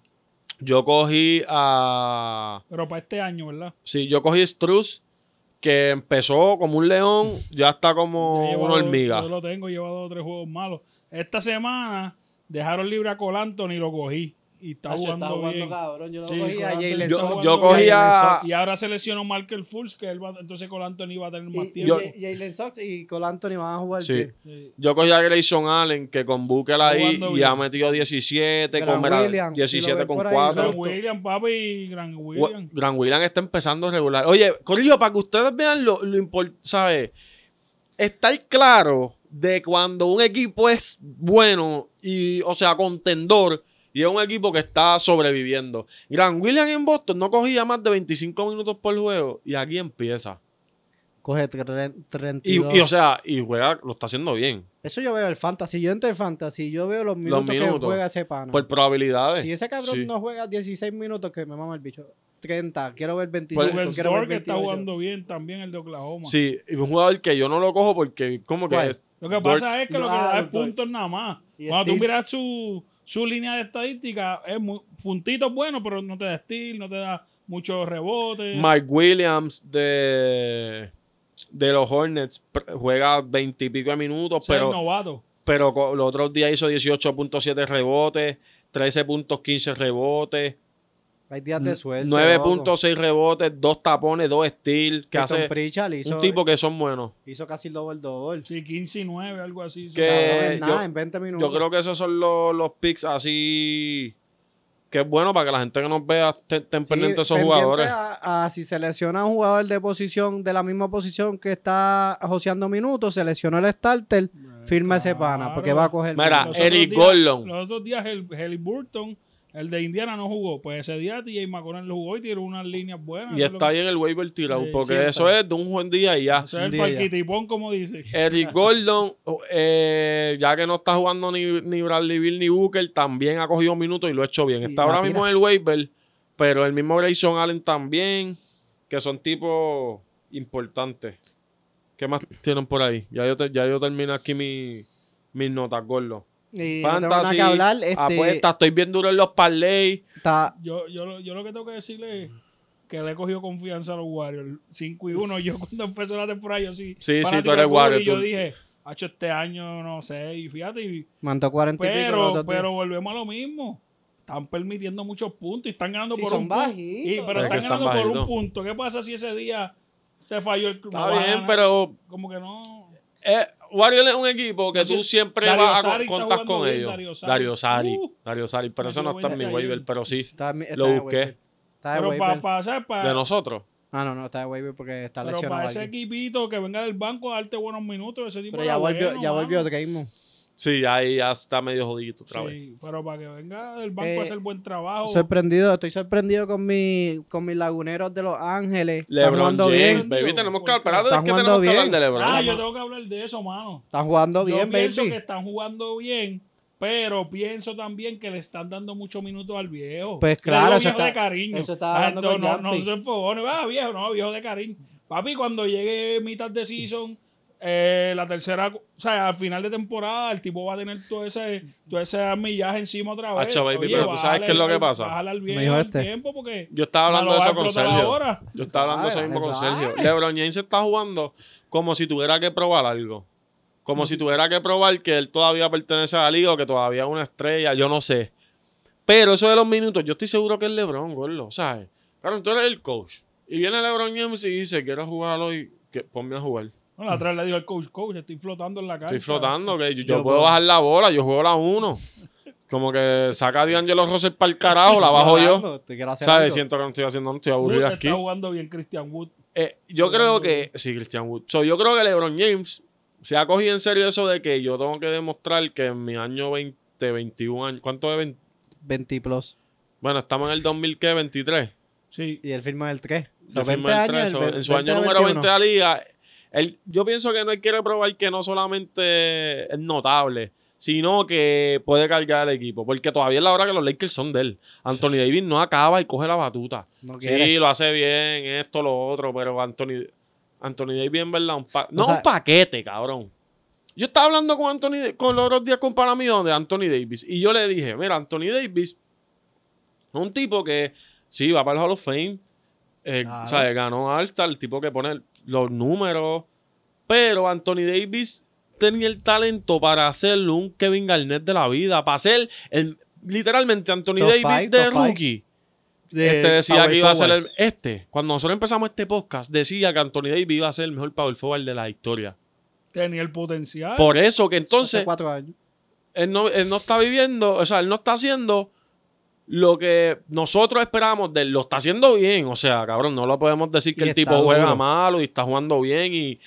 Yo cogí a.
Pero para este año, ¿verdad?
Sí, yo cogí Struz, que empezó como un león, ya está como
Ya lleva
una
dos-
hormiga.
Yo lo tengo, lleva dos o tres juegos malos. Esta semana dejaron libre a Cole Anthony y lo cogí. Y está
Tacho,
jugando,
está jugando
bien.
cabrón. Yo lo
Sí,
cogí a
Colanzo
Jalen
está
Yo,
Suggs.
yo
jugando
cogí
Jalen
a...
Y ahora seleccionó Markel Fultz, que él va, entonces Cole Anthony va a tener más
Suggs. Y-
tiempo.
yo-
y- Jalen Sox y Col Anthony van a jugar.
Sí.
bien.
Sí.
Yo cogí a Grayson Allen, que con Booker ahí
Jugando
y ha
bien.
metido 17,
Gran
con Mera-
Williams, si lo
17
ven
con
por ahí,
Gran
4.
son-
William, papi, Gran William.
Gran William está empezando regular. Oye, Corillo, para que ustedes vean lo, lo importante, ¿sabes? Estar claro de cuando un equipo es bueno y, o sea, contendor y es un equipo que está sobreviviendo. Gran William en Boston no cogía más de 25 minutos por juego y aquí empieza.
Coge tre- 32.
Y, y, o sea, y juega, lo está haciendo bien.
Eso yo veo el fantasy. Yo entro el fantasy. Yo veo los minutos, que
minutos.
juega ese pana.
Por probabilidades.
Si ese cabrón
Sí.
no juega 16 minutos, que me mama el bicho. 30, quiero ver 25.
Pues-
Juventus
quiero ver
que está
28.
jugando bien también, el de Oklahoma.
Sí, y un jugador que yo no lo cojo porque como que
¿Cuál?
es-
Lo que pasa
Dort.
es que lo que
Ah,
da
Dort.
es puntos nada más.
Y
Cuando tú
steals.
miras su, su línea de estadística, es muy, puntitos buenos, pero no te da steal, no te da muchos rebotes.
Mike Williams de, de los Hornets pr- juega 20 y pico de minutos,
O sea, es
pero,
novato.
pero co- los otros días hizo 18.7 rebotes, 13.15 rebotes,
Hay días de suerte.
9.6 rebotes, 2 tapones, 2 steals, que hace
hizo,
un tipo que son buenos.
hizo casi el doble doble.
Sí, 15 y 9, algo así.
Que-
Cabrón, en
yo-
nada, en 20 minutos.
Yo creo que esos son los, los picks así que es bueno para que la gente que nos vea te- estén
Sí,
pendientes de esos
pendiente
jugadores.
A, a si se lesiona un jugador de posición, de la misma posición que está joseando minutos, se lesionó el starter,
Eh,
firma ese pana, porque va a coger.
Mira,
minutos.
Los otros
Eric
días-
Gordon.
Los otros días, el, Haley Burton, el de Indiana, no jugó. Pues ese día, TJ McConnell lo jugó y tiró unas líneas buenas.
Y
Eso es lo
está
que-
ahí en el waiver tirado,
Sí,
porque
siempre.
eso es de un buen día y ya.
Eso es el
Un día ya.
parquitipón, como dice.
Eric Gordon, eh, ya que no está jugando ni, ni Bradley Bill ni Booker, también ha cogido minutos y lo ha hecho bien.
Y
Está
la
ahora
tira.
mismo en el waiver, pero el mismo Grayson Allen también, que son tipos importantes. ¿Qué más tienen por ahí? Ya yo, te- ya yo termino aquí mi- mis notas, Gordo.
Y no tengo nada
Fantasy,
que hablar. Este,
apuesta, estoy bien duro en los parlays.
está-
Yo, yo, lo- yo lo que tengo que decirle es que le he cogido confianza a los Warriors. 5 y 1. Yo [LAUGHS] cuando empezó la temporada, yo sí.
Sí, sí,
fanático
tú eres
de Curry,
Warrior,
Yo
tú-
dije, ha hecho este año, no sé, y fíjate, y-
Mantó 40 y pico. los
pero,
otros días.
pero volvemos a lo mismo. Están permitiendo muchos puntos y están ganando
Sí,
por
son
un punto.
bajitos.
Y- pero
Es que
están
están
ganando por un
bajitos.
punto. ¿Qué pasa si ese día te falló el club?
Está bien, pero
Como que no.
eh, Warriors es un equipo que
Entonces,
tú siempre
Dario
vas a
Saric
con-
está
contar
jugando
con
bien,
ellos.
Dario Saric.
Dario Sari.
Uh,
Dario Sari, pero eso no
metió
está en mi
veinte
waiver,
ayer.
pero sí.
Está en- está
lo
en
busqué.
waiver. Está de
Pero
waiver.
para pasar para.
De nosotros.
Ah, no, no, está de waiver porque está
pero
lesionado.
para ese
alguien.
equipito que venga del banco a darte buenos minutos, ese tipo
Pero
de
ya volvió, ya volvió Draymond.
Sí, ahí ya está medio jodido otra vez.
Sí, pero para que venga del banco
Eh,
a hacer buen trabajo. Ah,
Sorprendido, estoy sorprendido con, mi, con mis laguneros de Los Ángeles. están
LeBron
jugando
James,
bien.
baby, tenemos que
Está
hablar. Espérate, es que
jugando
tenemos que
bien.
hablar de LeBron.
ah, yo tengo que hablar de eso, mano.
Están jugando bien,
yo pienso que
baby.
están jugando bien, pero pienso también que le están dando muchos minutos al viejo.
Pues
Le
claro,
digo
eso
viejo de
está-
cariño.
eso estaba
Ah,
hablando con
no, no
Yampi.
se enfogone, va viejo, no, viejo de cariño. Papi, cuando llegue mitad de
[LAUGHS]
season, eh, la tercera, o sea, al final de temporada, el tipo va a tener todo ese, todo ese millaje encima otra vez.
Hacho, baby, pero tú sabes qué es lo que pasa.
Bájale al viejo
Me dijo
el
este.
tiempo porque
Yo estaba hablando de
me lo va a
eso con
explotar
Sergio.
ahora.
Yo estaba hablando eso
sabe,
mismo con
se sabe.
Sergio. LeBron James está jugando como si tuviera que probar algo. Como si tuviera que probar que él todavía pertenece a la liga o que todavía es una estrella, yo no sé. Pero eso de los minutos, yo estoy seguro que es LeBron, gordo, ¿sabes? Claro, tú eres el coach. Y viene LeBron James y dice, quiero jugar hoy, que ponme a jugar.
Bueno, la otra vez le dijo al coach, coach, estoy flotando en la cancha.
Estoy flotando, que yo, yo
Yo
puedo
puedo.
bajar la bola, yo juego la uno. Como que saca a D'Angelo Russell para el carajo, Ah, la bajo yo.
Te quiero hacer
¿Sabes?
algo.
Siento que no estoy haciendo, no estoy
Wood
aburrido
está
aquí.
jugando bien Christian Wood.
Eh, yo
Christian
creo
Wood.
que. Sí, Christian Wood. So, yo creo que LeBron James se ha cogido en serio eso de que yo tengo que demostrar que en mi año 20, 21 años. ¿Cuánto es? 20?
20 plus.
Bueno, estamos en el 2000, ¿qué? 23.
Sí.
Y él firma el 3.
Yo firmé el 3, so, en su año número 20 de la liga. él- yo pienso que no él quiere probar que no solamente es notable, sino que puede cargar el equipo. Porque todavía es la hora que los Lakers son de él. Anthony Davis no acaba y coge la batuta.
No quiere.
Sí, lo hace bien, esto, lo otro, pero Anthony, Anthony Davis, en verdad, un pa- no
sea-
un paquete, cabrón. Yo estaba hablando con Anthony, Da- con los otros días con para mí de Anthony Davis y yo le dije, mira, Anthony Davis es un tipo que sí va para el Hall of Fame, eh,
Claro.
o sea, ganó alta, el tipo que pone los números, pero Anthony Davis tenía el talento para hacerlo un Kevin Garnett de la vida, para ser el, literalmente Anthony
Top
Davis
five,
de
top five.
rookie.
De
Este decía
Eh, power
que iba a ser
forward.
el. Este, cuando nosotros empezamos este podcast, decía que Anthony Davis iba a ser el mejor power forward de la historia.
Tenía el potencial.
Por eso que entonces
Hace cuatro años.
él no, él no está viviendo, o sea, él no está haciendo lo que nosotros esperábamos de él. Lo está haciendo bien, o sea, cabrón, no lo podemos decir que
Y
el
está
tipo juega
duro.
malo y está jugando bien y.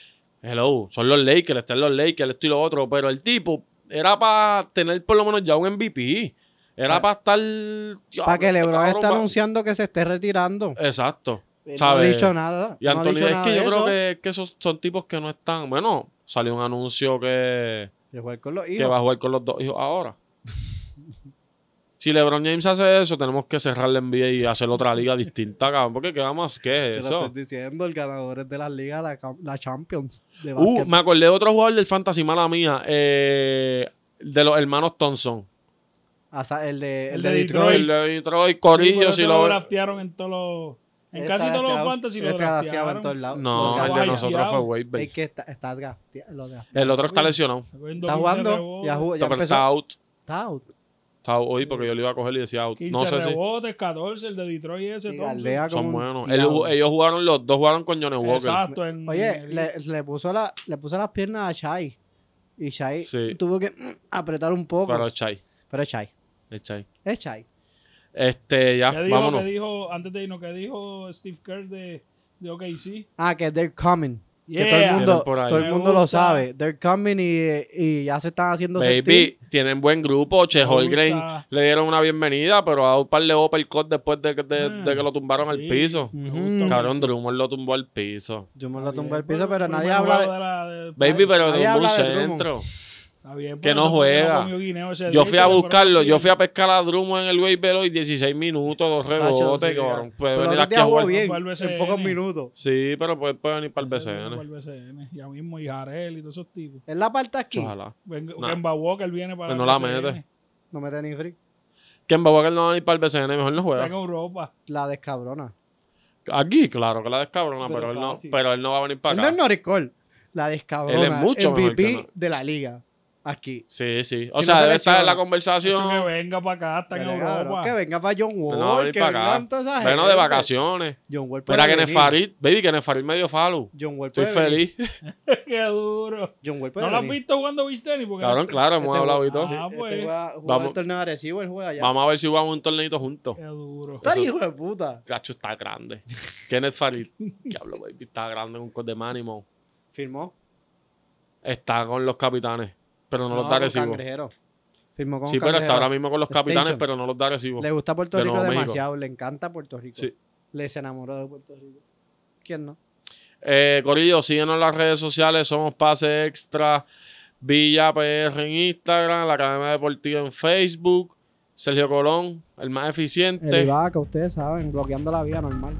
Hello, son los Lakers, están los Lakers, esto y lo otro, pero el tipo era para tener por lo menos ya un MVP. Era
Pa-
para estar.
Para
este
que LeBron está
anunciando
anunciando que se esté retirando.
Exacto.
Él No ha
¿sabes?
dicho nada.
Y
no ha
Anthony,
dicho
es
nada
que
de
yo creo
eso.
que, que esos son tipos que no están. Bueno, salió un anuncio que,
De jugar con los
que
hijos.
va a jugar con los dos hijos
[LAUGHS]
ahora. si LeBron James hace eso, tenemos que cerrar la NBA y hacer otra liga distinta, cabrón. Porque ¿qué vamos? ¿Qué
Te
es
lo
eso?
estoy diciendo, el ganador es de las ligas, la, cam- la Champions. De
Uh,
básquet.
me acordé de otro jugador del Fantasy, mala mía. eh, de los hermanos Thompson.
O sea, el de,
el
el
de
de
Detroit.
Detroit.
El de Detroit,
Sí, por
Corillo,
eso
si
lo
lo...
draftearon en todos los. En casi
Está
todos los
drafteado-
fantasy lo
está drafteado en todos
draftearon.
lados.
No,
Lo
el de
draftearon.
nosotros fue Wade.
Es que está, está drafteado, lo draftearon.
El otro está lesionado.
Cogiendo
Está
15
jugando,
rebotes,
ya, jugó, ya
Pero
empezó.
está out.
Está out.
Está out hoy porque yo lo iba a coger y decía out.
15
No sé si...
rebotes, 14, el de Detroit ese.
Y
Thompson.
galdea como
Son
un
buenos. Él
diablo.
ju- ellos jugaron, los dos jugaron con Johnny Walker.
Exacto. En
Oye,
en-
le, le puso la, le puso las piernas a Shai. Y Shai
Sí.
tuvo que mm, apretar un poco.
Pero
Pero,
es Chai.
es Shai.
es Chai.
Es Shai.
Este, ya,
¿Qué dijo,
vámonos.
qué dijo, antes de irnos, que dijo Steve Kerr de, de OKC.
Ah, que they're coming. Que todo
Yeah.
el mundo,
Vienen por ahí.
todo el
Me
mundo lo
gusta.
sabe. They're coming y, y ya se están haciendo sentir.
Baby, tienen buen grupo. Che
Me gusta.
Holgren le dieron una bienvenida, pero a un par de uppercut después de, que- de-
Ah,
de que lo tumbaron al
sí.
piso.
Me
Ujú.
gusta pues
Cabrón,
OKC.
Drummond lo tumbó al piso.
Yo me lo
Está
tumbé al
bien,
piso,
por
pero
el
nadie
primer
habla
juego
de...
la- de-
Baby, pero
Nadie
tumbó un
habla de Drummond.
centro.
pues, Está bien,
que
por
no
eso fue
juega.
comió guineo ese
Yo
día,
fui
se
a
le fueron
buscarlo. Yo
los
fui a pescar a Drummond en el Wayvelo y 16 minutos, dos rebotes,
sí,
cabrón. Puede
Pero los
venir
otros
aquí a
días jugó
jugar.
bien.
para el
En pocos
BCN.
minutos.
Sí, pero puede, puede venir para el
Ese viene
BCN.
para el BCN, Ya mismo, y Jarel y todos esos tipos.
Es la parte aquí.
Ojalá.
Venga,
No.
Kemba Walker viene para
Pues no la
BCN.
mete.
No me ni free.
Que en Babacar no va a venir para el BCN, mejor no
Está
juega.
en Europa.
La descabrona.
Aquí, claro que la descabrona, pero,
Pero
él no,
fácil.
pero él no va a venir
Él
para
no
acá.
es Norris Cole. la descabrona.
Él es mucho mejor
MVP
que no-
de la liga. Aquí.
Sí, sí.
Si no
O sea,
se
debe estar en la
lesiona.
conversación.
Hecho que venga para acá, está en
Pero,
Europa.
cabrón, que venga para John Wall.
No, venir
que
para acá.
vengan toda esa
Bueno, de
gente.
vacaciones.
John Wall
Mira que
puede venir.
Nefarid, baby, que Nefarid medio falo.
John Wall
Estoy
puede venir.
feliz.
[LAUGHS] Qué duro.
John Wall puede
¿No lo has
venir.
visto jugando beach tenis? Porque
Cabrón, claro, hemos
Este
hablado y
juego-
todo.
Ah,
Este
pues.
juega- juega
Vamos.
el torneo de Arecibo, él juega allá.
Vamos a ver si jugamos un torneito juntos.
Qué duro.
Está
Eso-
hijo de puta.
Cacho
[LAUGHS]
está grande. Kenneth Farid. Diablo, baby, está grande con Cor de Mánimo.
Firmó.
Está con los capitanes, pero no, los da
con
Arecibo.
Cangrejero. Firmó con
Sí, pero está
Cangrejero.
ahora mismo con los capitanes,
Extension.
pero no los da Arecibo.
Le gusta Puerto
de
Rico
Nuevo México.
demasiado. Le encanta Puerto Rico.
Sí.
Le se enamoró de Puerto Rico. ¿Quién no?
Eh, Corillo, síguenos en las redes sociales. Somos Pase Extra, Villa PR en Instagram, la Academia Deportiva en Facebook. Sergio Colón, el más eficiente.
El Ibaka, ustedes saben, bloqueando la vida normal.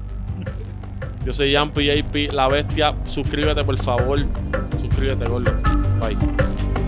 Yo soy Jan PJP, la bestia. Suscríbete, por favor. Suscríbete, gordo. Bye.